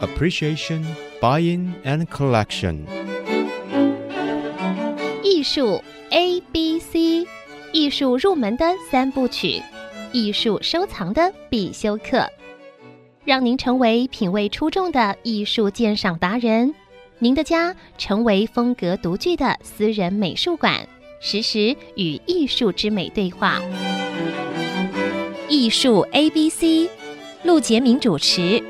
appreciation, buying, and collection. 艺术 A B C，艺术入门的三部曲，艺术收藏的必修课，让您成为品味出众的艺术鉴赏达人。您的家成为风格独具的私人美术馆，实时与艺术之美对话。艺术 A B C，陆杰明主持。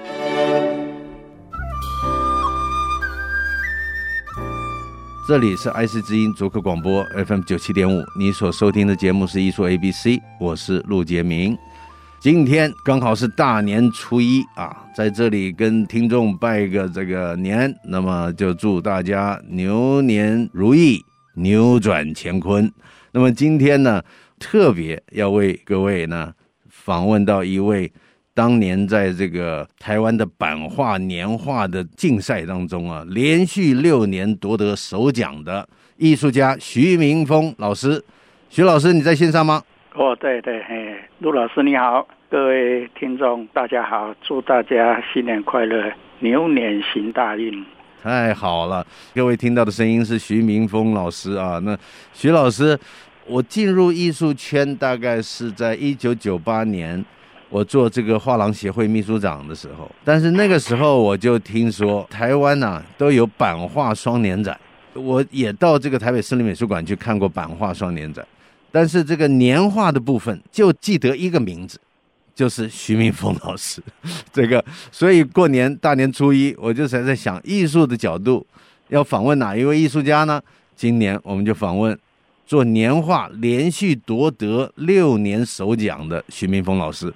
这里是爱思之音逐客广播 FM 九七点五，你所收听的节目是艺术 A B C，我是陆杰明。今天刚好是大年初一啊，在这里跟听众拜个这个年，那么就祝大家牛年如意，扭转乾坤。那么今天呢，特别要为各位呢访问到一位当年在这个台湾的版画年画的竞赛当中啊，连续六年夺得首奖的艺术家徐明峰老师。徐老师，你在线上吗？哦，对对，嘿，陆老师你好，各位听众大家好，祝大家新年快乐，牛年行大运。太好了，各位听到的声音是徐明峰老师啊。那徐老师，我进入艺术圈大概是在一九九八年，我做这个画廊协会秘书长的时候。但是那个时候我就听说台湾呐、都有版画双年展，我也到这个台北市立美术馆去看过版画双年展。但是这个年画的部分就记得一个名字，就是徐明峰老师。 这个，所以过年大年初一，我就才在想艺术的角度要访问哪一位艺术家呢？今年我们就访问做年画连续夺得六年首奖的徐明峰老师，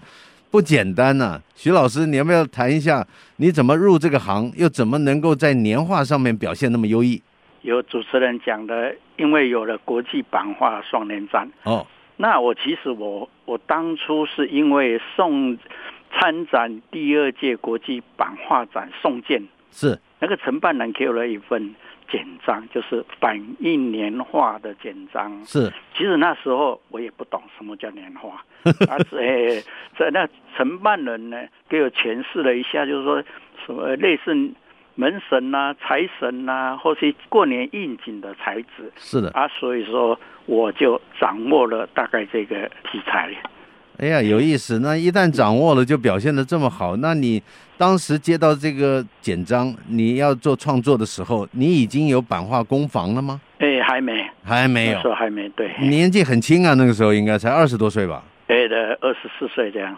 不简单呐、徐老师，你要不要谈一下你怎么入这个行，又怎么能够在年画上面表现那么优异？有主持人讲的，因为有了国际版画双年展，哦，那我其实我我当初是因为送参展第二届国际版画展送件，是那个承办人给了一份简章，就是反映年画的简章。是，其实那时候我也不懂什么叫 年画，而且哎在那承办人呢给我诠释了一下，就是说什么类似门神呐、财神呐、或是过年应景的材质是的，啊，所以说我就掌握了大概这个题材。哎呀，有意思！那一旦掌握了，就表现得这么好。那你当时接到这个简章，你要做创作的时候，你已经有版画工坊了吗？哎，还没，还没那时候有，还没对，年纪很轻啊，那个时候应该才二十多岁吧。对的，二十四岁这样。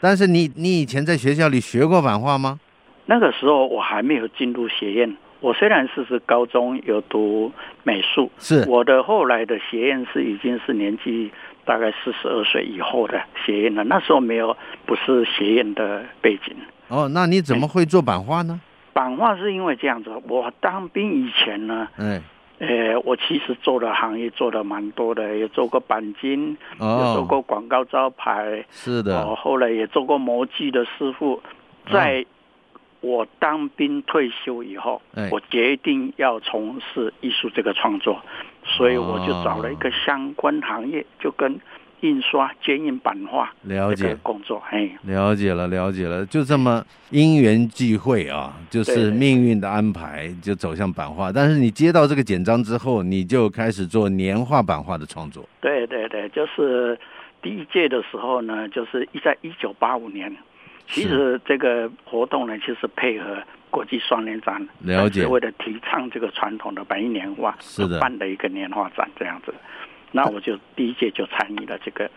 但是你你以前在学校里学过版画吗？那个时候我还没有进入学院，我虽然是是高中有读美术，是我的后来的学院是已经是年纪大概四十二岁以后的学院了，那时候没有不是学院的背景。哦，那你怎么会做版画呢？版画是因为这样子，我当兵以前呢，哎，呃，我其实做的行业做的蛮多的，也做过钣金，也做哦，过广告招牌，是哦，的，啊后来也做过模具的师傅。在我当兵退休以后，哎我决定要从事艺术这个创作，所以我就找了一哦个相关行业，就跟印刷、剪影、版画了这解个。工作。哎，了解了，了解了，就这么因缘际会啊，就对是对命运的安排，就走向版画。但是你接到这个简章之后，你就开始做年画版画的创作。对对对，就是第一届的时候呢，就是一在一九八五年，其实这个活动呢，就是配合国际双年展，了解但是为了提倡这个传统的百亿年画，是的办了一个年画展这样子。那我就第一届就参与了这个，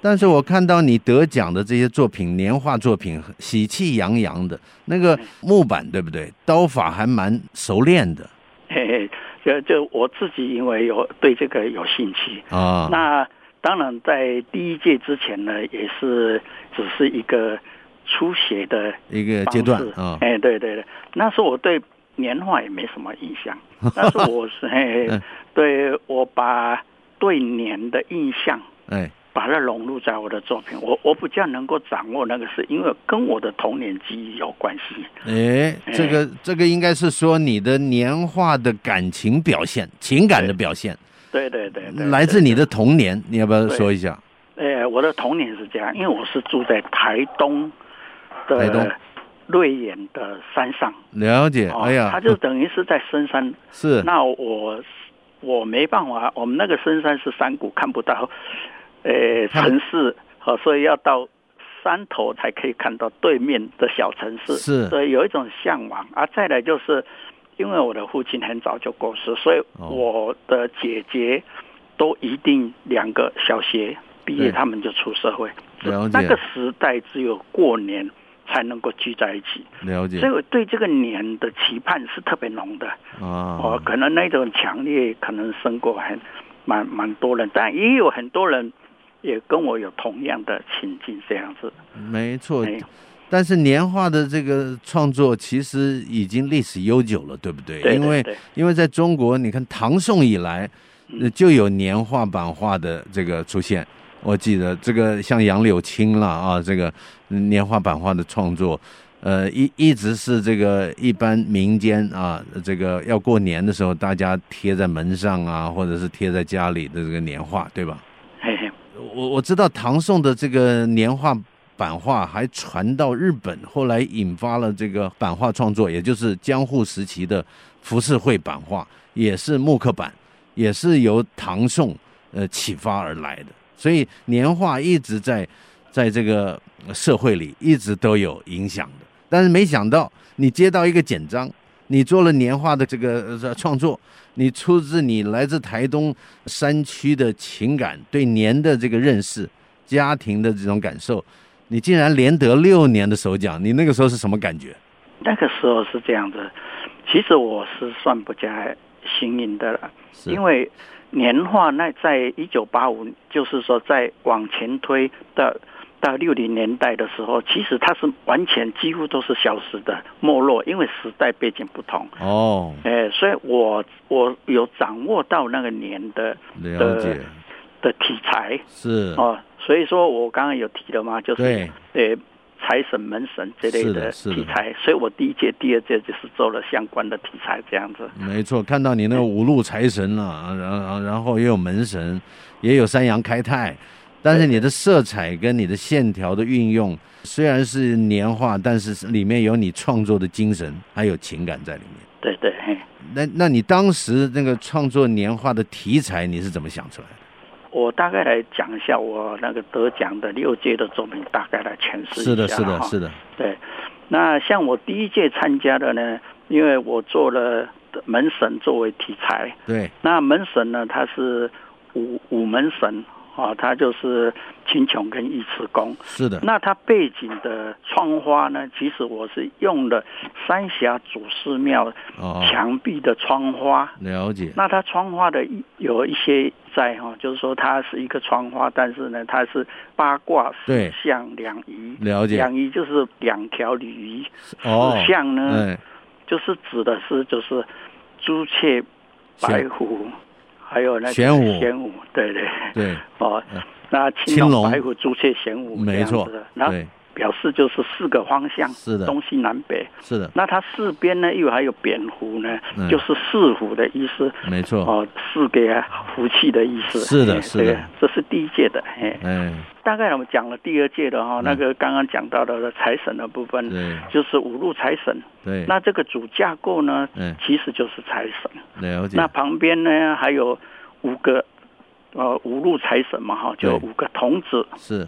但是我看到你得奖的这些作品，年画作品喜气洋洋的，那个嗯木板对不对？刀法还蛮熟练的嘿嘿，就就我自己因为有对这个有兴趣，啊。那当然在第一届之前呢，也是只是一个初学的一个阶段方式啊，哎，对对对，那时候我对年画也没什么印 象，但是我是哎嗯，对我把对年的印象哎，把它融入在我的作品，我我比较能够掌握那个是因为跟我的童年记忆有关系。哎，这个这个应该是说你的年画的感情表现，情感的表现。对对对对，来自对你的童年，你要不要说一下？哎，我的童年是这样，因为我是住在台东的台东瑞眼的山上。哦了解。哎呀，它就等于是在深山。是那我我没办法，我们那个深山是山谷，看不到，呃，看不城市，好、所以要到山头才可以看到对面的小城市。是所以有一种向往啊。再来就是，因为我的父亲很早就过世，所以哦我的姐姐都一定两个小学毕对业，他们就出社会。了那解个时代只有过年才能够聚在一起，了解所以我对这个年的期盼是特别浓的。哦啊，，可能那种强烈，可能胜过很蛮蛮多人，但也有很多人也跟我有同样的情境这样子。没错。哎，但是年画的这个创作其实已经历史悠久了，对不对？对对因为对因为在中国，你看唐宋以来，呃就有年画版画的这个出现。我记得这个像杨柳青啦啊，这个嗯年画版画的创作，呃，一一直是这个一般民间啊，这个要过年的时候，大家贴在门上啊，或者是贴在家里的这个年画，对吧？嘿嘿，我我知道唐宋的这个年画版画还传到日本，后来引发了这个版画创作，也就是江户时期的浮世绘版画，也是木刻版，也是由唐宋呃启发而来的。所以年画一直在在这个呃社会里一直都有影响的。但是没想到你接到一个简章，你做了年画的这个呃创作，你出自你来自台东山区的情感，对年的这个认识，家庭的这种感受，你竟然连得六年的首奖，你那个时候是什么感觉？那个时候是这样子。其实我是算不加幸运的了，是因为年画那在一九八五，就是说在往前推到到六零年代的时候，其实它是完全几乎都是消失的没落，因为时代背景不同。哦，哎，所以我我有掌握到那个年的了解，的题材是，哦，所以说我刚刚有提了嘛，就是对，呃财神、门神这类的是的是的题材，所以我第一届、第二届就是做了相关的题材这样子。没错，看到你那个五路财神了、啊，然然然后也有门神，也有三阳开泰，但是你的色彩跟你的线条的运用，虽然是年画，但是里面有你创作的精神，还有情感在里面。对对，嘿那那你当时那个创作年画的题材，你是怎么想出来的？我大概来讲一下我那个得奖的六届的作品，大概来诠释一下是的，是的，啊哈是的，对，那像我第一届参加的呢，因为我做了门神作为题材，对，那门神呢，他是五五门神啊，他就是秦琼跟尉迟恭。是的，那他背景的窗花呢，其实我是用了三峡祖师庙哦，墙壁的窗花。了解，那它窗花的一有一些在哈、就是说它是一个窗花，但是呢，它是八卦对四象两仪。了解两仪就是两条鲤鱼，哦，四象呢，哎，就是指的是就是朱雀、白虎，还有那个玄武玄武，对对对，哦嗯，那青青龙龙、白虎、朱雀、玄武，没错这样子，然后对，表示就是四个方向，是的东西南北。是的，那它四边呢，又还有蝙蝠呢，嗯就是四虎的意思，没错，哦，四个福气的意思。是的哎是的对这是第一届的，哎，哎，大概我们讲了第二届的哈，那个刚刚讲到的财神的部分，嗯对，就是五路财神。对，嗯那这个主架构呢嗯，其实就是财神。了解那，旁边呢还有五个，呃，五路财神嘛哈，就有对五个童子。是，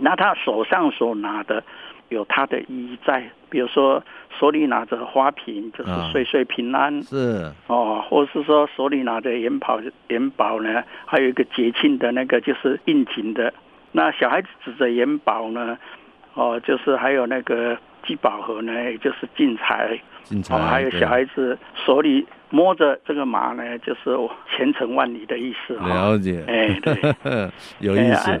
那他手上所拿的有他的意义在，比如说手里拿着花瓶，就是啊岁岁平安。是，哦，或是说手里拿着元宝，元宝呢，还有一个节庆的那个就是应景的。那小孩子指着元宝呢，哦，就是还有那个聚宝盒呢，也就是进财。进财，哦，还有哎对小孩子手里摸着这个马呢，就是前程万里的意思哈、了解，哎对 有意哎思啊，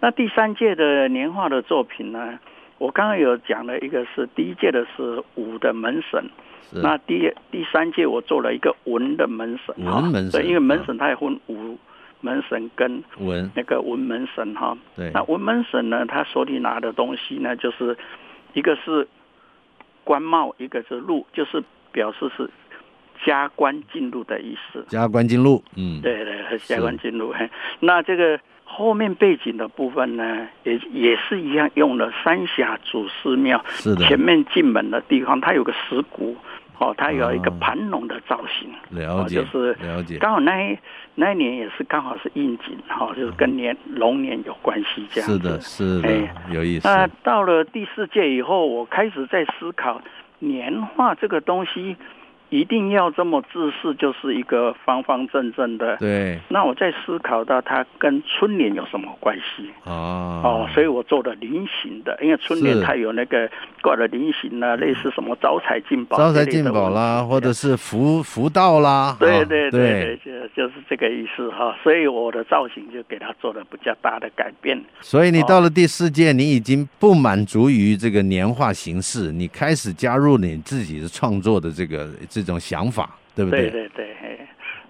那第三届的年画的作品呢，我刚刚有讲了一个是第一届的是武的门神，是那第第三届我做了一个文的门神哈，文门神对，因为门嗯神它也分武门神跟文，那个文门神哈。对，那文门神呢，他手里拿的东西呢，就是一个是官帽，一个是禄，就是表示是加官进禄的意思。加官进禄，嗯，对对，加官进禄。嘿那这个后面背景的部分呢，也也是一样，用了三峡祖师庙是的，前面进门的地方，它有个石鼓，哦，它有一个啊盘龙的造型。了解，哦就是了解，刚好那一那一年也是刚好是应景哈、哦，就是跟年龙年有关系这样是子。的，是的哎，有意思，那到了第四届以后，我开始在思考年画这个东西，一定要这么自视，就是一个方方正正的。对那我在思考到它跟春联有什么关系啊，哦，所以我做了菱形的，因为春联是它有那个挂了菱形啊，类似什么招财进宝、招财进宝啦，或者。是福福到啦，对啊对对，就就是这个意思哈，所以我的造型就给它做了比较大的改变。所以你哦到了第四届，你已经不满足于这个年画形式，你开始加入你自己的创作的这个这种想法，对不对对对，嘿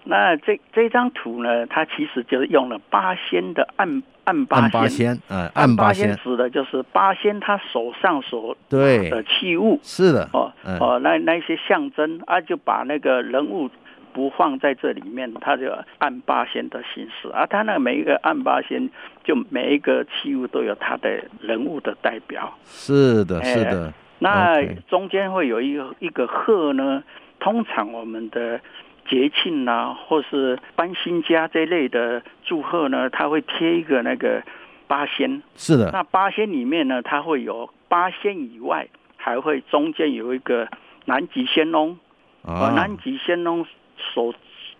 那这这张图呢，它其实就是用了八仙的按按八按仙，八仙，呃，按按八八仙仙，指的就是八仙他手上所对的器物是的，哦嗯哦，那那一些象征啊，就把那个人物。不放在这里面，他就按八仙的形式啊，他那每一个按八仙，就每一个器物都有他的人物的代表。是的，哎是的，那 OK 中间会有一个一个鹤呢，通常我们的节庆啊，或是搬新家这类的祝贺呢，它会贴一个那个八仙。是的，那八仙里面呢，它会有八仙以外，还会中间有一个南极仙翁，啊、啊，南极仙翁所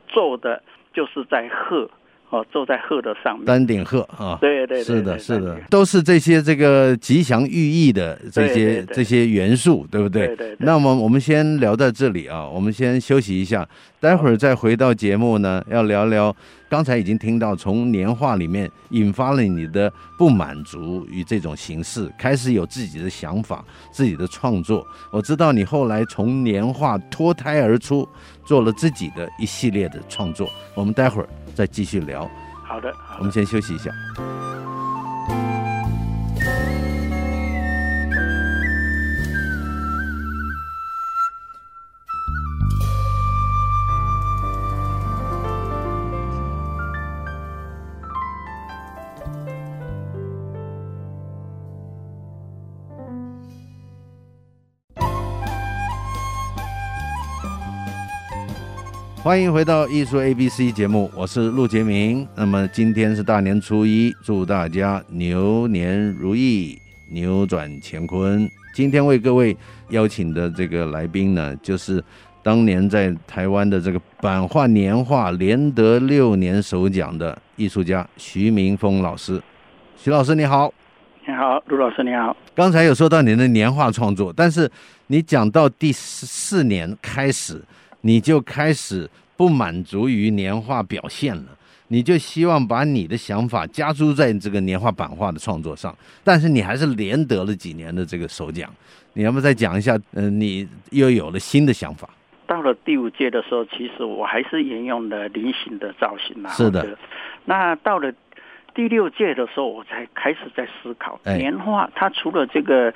坐的就是在鹤，哦，坐在鹤的上面。丹顶鹤啊，对对对，是对的，是的对，都是这些这个吉祥寓意的这对些对对这些元素，对不对？对对对那么我们先聊到这里啊，我们先休息一下，待会儿再回到节目呢，要聊聊刚才已经听到从年画里面引发了你的不满足于这种形式，开始有自己的想法、自己的创作。我知道你后来从年画脱胎而出，做了自己的一系列的创作。我们待会儿再继续聊，好的，好的我们先休息一下。欢迎回到艺术 A B C 节目，我是陆杰明。那么今天是大年初一，祝大家牛年如意，扭转乾坤。今天为各位邀请的这个来宾呢，就是当年在台湾的这个版画年画连得六年首奖的艺术家徐明峰老师。徐老师你好，你好，陆老师你好。刚才有说到你的年画创作，但是你讲到第十四年开始，你就开始不满足于年画表现了，你就希望把你的想法加注在这个年画版画的创作上，但是你还是连得了几年的这个首奖，你要不再讲一下？嗯、你又有了新的想法，到了第五届的时候，其实我还是沿用了菱形的造型嘛。是的我觉得。那到了第六届的时候，我才开始在思考，哎年画它除了这个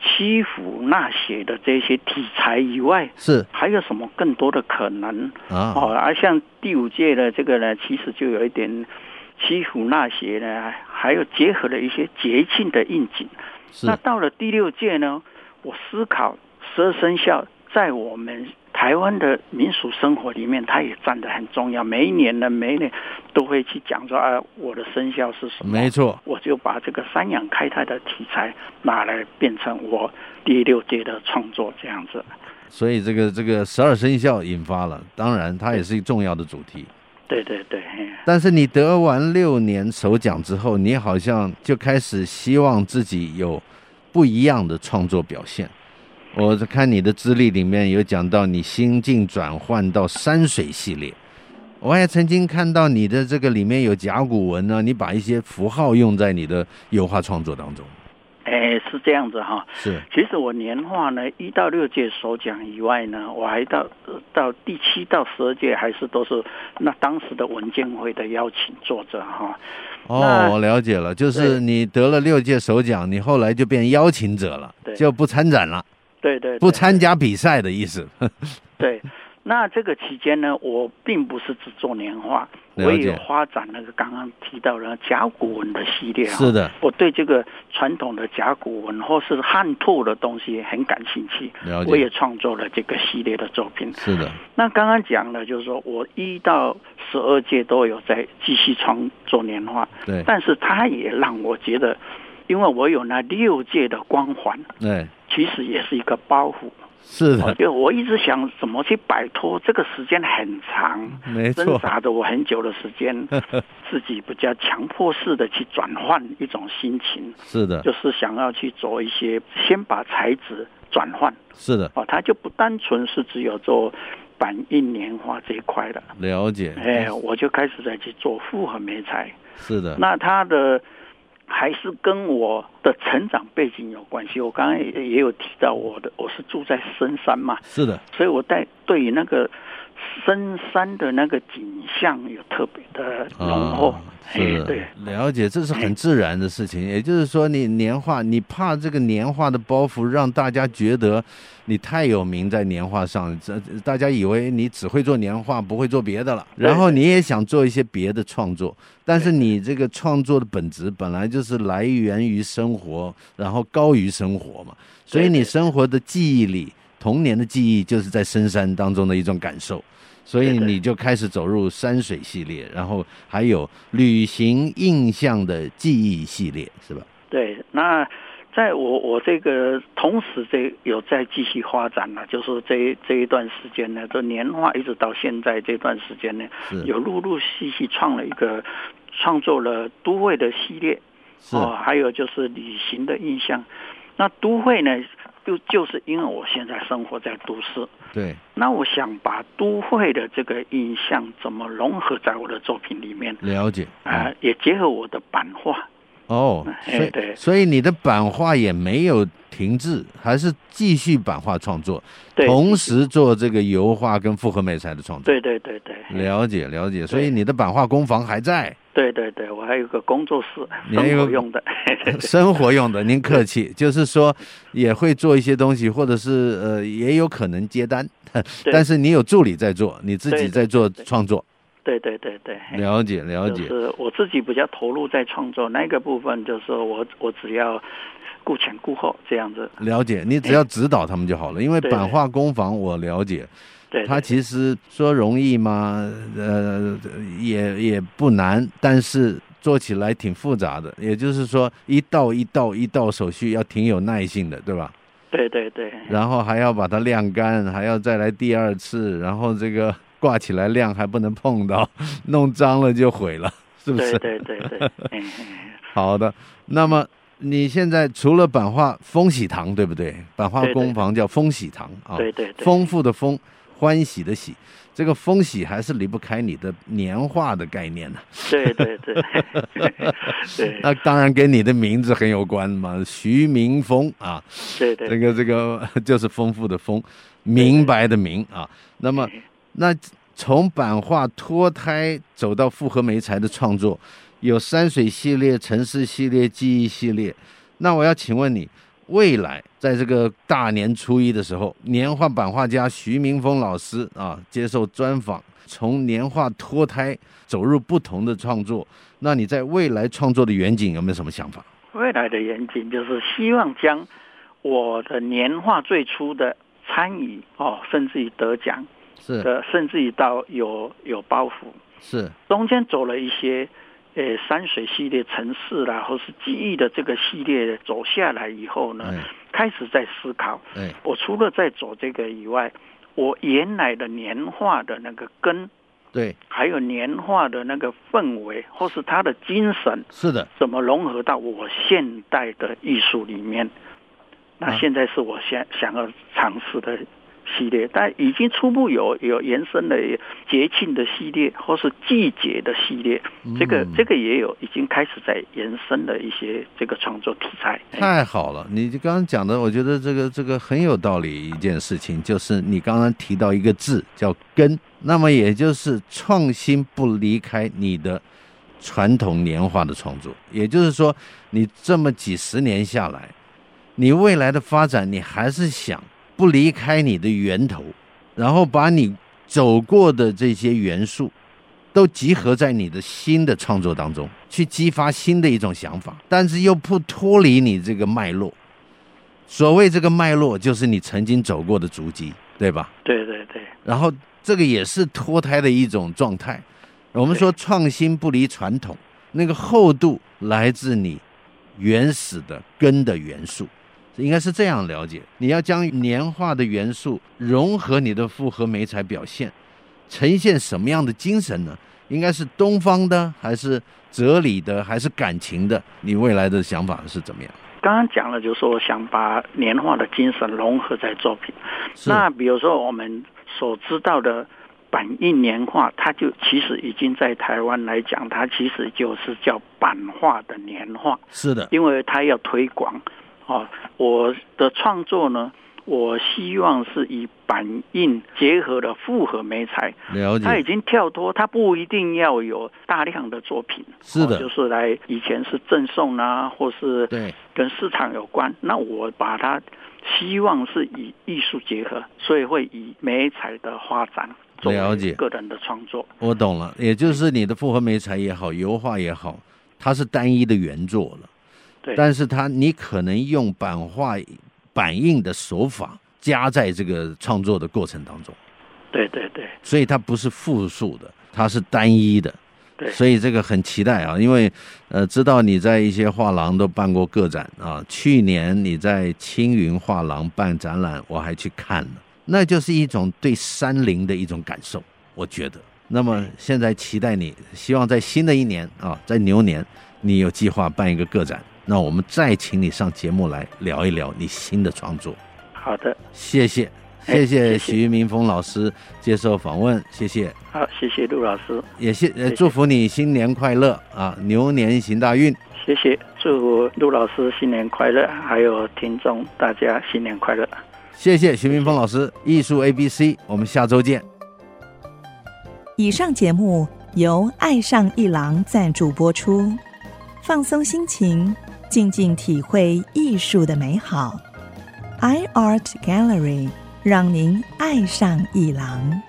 七符纳写的这些题材以外，是还有什么更多的可能？啊，哦，而像第五届的这个呢，其实就有一点七符纳写呢，还有结合了一些节庆的应景。是那到了第六届呢，我思考十二生肖在我们台湾的民俗生活里面，它也占得很重要。每一年呢，每一年都会去讲说啊，我的生肖是什么？没，错，我就把这个三养开泰的题材拿来变成我第六届的创作这样子。所以这个这个十二生肖引发了，当然它也是一个重要的主题。对对对，嘿但是你得完六年首奖之后，你好像就开始希望自己有不一样的创作表现。我看你的资历里面有讲到你心境转换到山水系列，我还曾经看到你的这个里面有甲骨文呢、你把一些符号用在你的油画创作当中，哎，是这样子哈、是其实我年画呢，一到六届首奖以外呢，我还到呃到第七到十二届还是都是那当时的文件会的邀请作者哈。哦那，我了解了，就是对你得了六届首奖，你后来就变邀请者了，对就不参展了，对对对不参加比赛的意思。对。那这个期间呢，我并不是只做年画，了解我也有发展那个刚刚提到的甲骨文的系列、啊。是的，我对这个传统的甲骨文或是汉拓的东西很感兴趣，了我也解，创作了这个系列的作品。是的，那刚刚讲的就是说我一到十二届都有在继续创作年画，对，但是它也让我觉得，因为我有那六届的光环，对，其实也是一个包袱。哎是我的，就我一直想怎么去摆脱，这个时间很长，没挣错，扎着我很久的时 间，自己比较强迫式的去转换一种心情，是的，就是想要去做一些，先把材质转换是的，哦，它就不单纯是只有做板印年画这一块了。了解，哎，我就开始在去做复合媒材，是的，那它的还是跟我的成长背景有关系。我刚刚也也有提到我的，我是住在深山嘛，是的，所以我在对于那个深山的那个景象有特别的浓厚。啊，哎是，的对，，了解，这是很自然的事情。也就是说，你年画，你怕这个年画的包袱让大家觉得你太有名在年画上，这这大家以为你只会做年画，不会做别的了。对然后你也想做一些别的创作，但是你这个创作的本质本来就是来源于生活，然后高于生活嘛。所以对你对生活的记忆里，童年的记忆就是在深山当中的一种感受。所以对对你就开始走入山水系列，然后还有旅行印象的记忆系列，是吧？对，那。在我我这个同时这有在继续发展了、就是这一这一段时间呢，这年画一直到现在这段时间呢，是有陆陆续续创了一个创作了都会的系列是哦，还有就是旅行的印象。那都会呢，就就是因为我现在生活在都市，对，那我想把都会的这个印象怎么融合在我的作品里面了解啊、嗯也结合我的版画。哦，哎所以对所以你的版画也没有停滞，还是继续版画创作，对，同时做这个油画跟复合美材的创作。对对对对了解了解，所以你的版画工坊还在，对对对，我还有个工作室，你还有生个活用 的。 生活用的，您客气，就是说也会做一些东西，或者是呃也有可能接单，对但是你有助理在做，你自己对在做对创作，对对对对，嘿了解了就解，是我自己比较投入在创作那个部分，就是说我我只要顾前顾后这样子。了解，你只要指导他们就好了，因为对版画工坊我了解，对，它对其实说容易嘛，呃，也也不难，但是做起来挺复杂的，也就是说一道一道一道手续要挺有耐性的，对吧？对对对然后还要把它晾干，还要再来第二次，然后这个挂起来晾还不能碰到，弄脏了就毁了，是不是？对对对 对，嗯嗯好的，那么你现在除了版画丰喜堂，对不对？版画对对工坊叫丰喜堂啊，对对对，丰富的丰，欢喜的喜，这个丰喜还是离不开你的年画的概念呢、对对 对对那当然跟你的名字很有关嘛，徐明峰啊，对这对个这个就是丰富的丰，明白的明啊。那么那从版画脱胎走到复合媒材的创作，有山水系列、城市系列、记忆系列。那我要请问你，未来在这个大年初一的时候，年画版画家徐明峰老师啊接受专访，从年画脱胎走入不同的创作，那你在未来创作的远景有没有什么想法？未来的远景就是希望将我的年画最初的参与哦，甚至于得奖是的，甚至于到有有包袱，是中间走了一些，呃，山水系列、城市啦，或是记忆的这个系列走下来以后呢，哎开始在思考，哎我除了在走这个以外，我原来的年画的那个根，对还有年画的那个氛围，或是它的精神，是的怎么融合到我现代的艺术里面？啊那现在是我想想要尝试的系列，但已经初步有有延伸的节庆的系列，或是季节的系列，这个嗯这个也有已经开始在延伸的一些这个创作题材。哎太好了，你就刚刚讲的，我觉得这个这个很有道理。一件事情就是你刚刚提到一个字叫“根”，那么也就是创新不离开你的传统年画的创作。也就是说，你这么几十年下来，你未来的发展，你还是想不离开你的源头，然后把你走过的这些元素，都集合在你的新的创作当中，去激发新的一种想法，但是又不脱离你这个脉络。所谓这个脉络，就是你曾经走过的足迹，对吧？对对对，然后这个也是脱胎的一种状态。我们说创新不离传统，那个厚度来自你原始的根的元素，应该是这样了解。你要将年画的元素融合你的复合媒材表现，呈现什么样的精神呢？应该是东方的，还是哲理的，还是感情的？你未来的想法是怎么样？刚刚讲了，就是说我想把年画的精神融合在作品。是那比如说我们所知道的板印年画，它就其实已经在台湾来讲，它其实就是叫版画的年画，是的，因为它要推广。哦，我的创作呢，我希望是以版印结合的复合媒材，了它已解，经跳脱，它不一定要有大量的作品。是的哦就是来以前是赠送啊，或是对，跟市场有关。那我把它希望是以艺术结合，所以会以美彩的发展作了解为个人的创作。我懂了，也就是你的复合媒材也好，油画也好，它是单一的原作了。对，但是它你可能用版画版印的手法加在这个创作的过程当中，对对对所以它不是复数的，它是单一的。对所以这个很期待啊，因为呃，知道你在一些画廊都办过个展啊，去年你在青云画廊办展览，我还去看了，那就是一种对山林的一种感受，我觉得。那么现在期待你，希望在新的一年啊，在牛年，你有计划办一个个展，那我们再请你上节目来聊一聊你新的创作。好的，谢谢，哎谢谢谢谢徐明峰老师接受访问，谢谢，好，谢谢陆老师，也谢呃谢谢祝福你新年快乐啊，牛年行大运。谢谢，祝福陆老师新年快乐，还有听众大家新年快乐。谢谢徐明峰老师，艺术 A B C，我们下周见。以上节目由爱上一郎赞助播出，放松心情，静静体会艺术的美好。iArt Gallery 让您爱上一郎。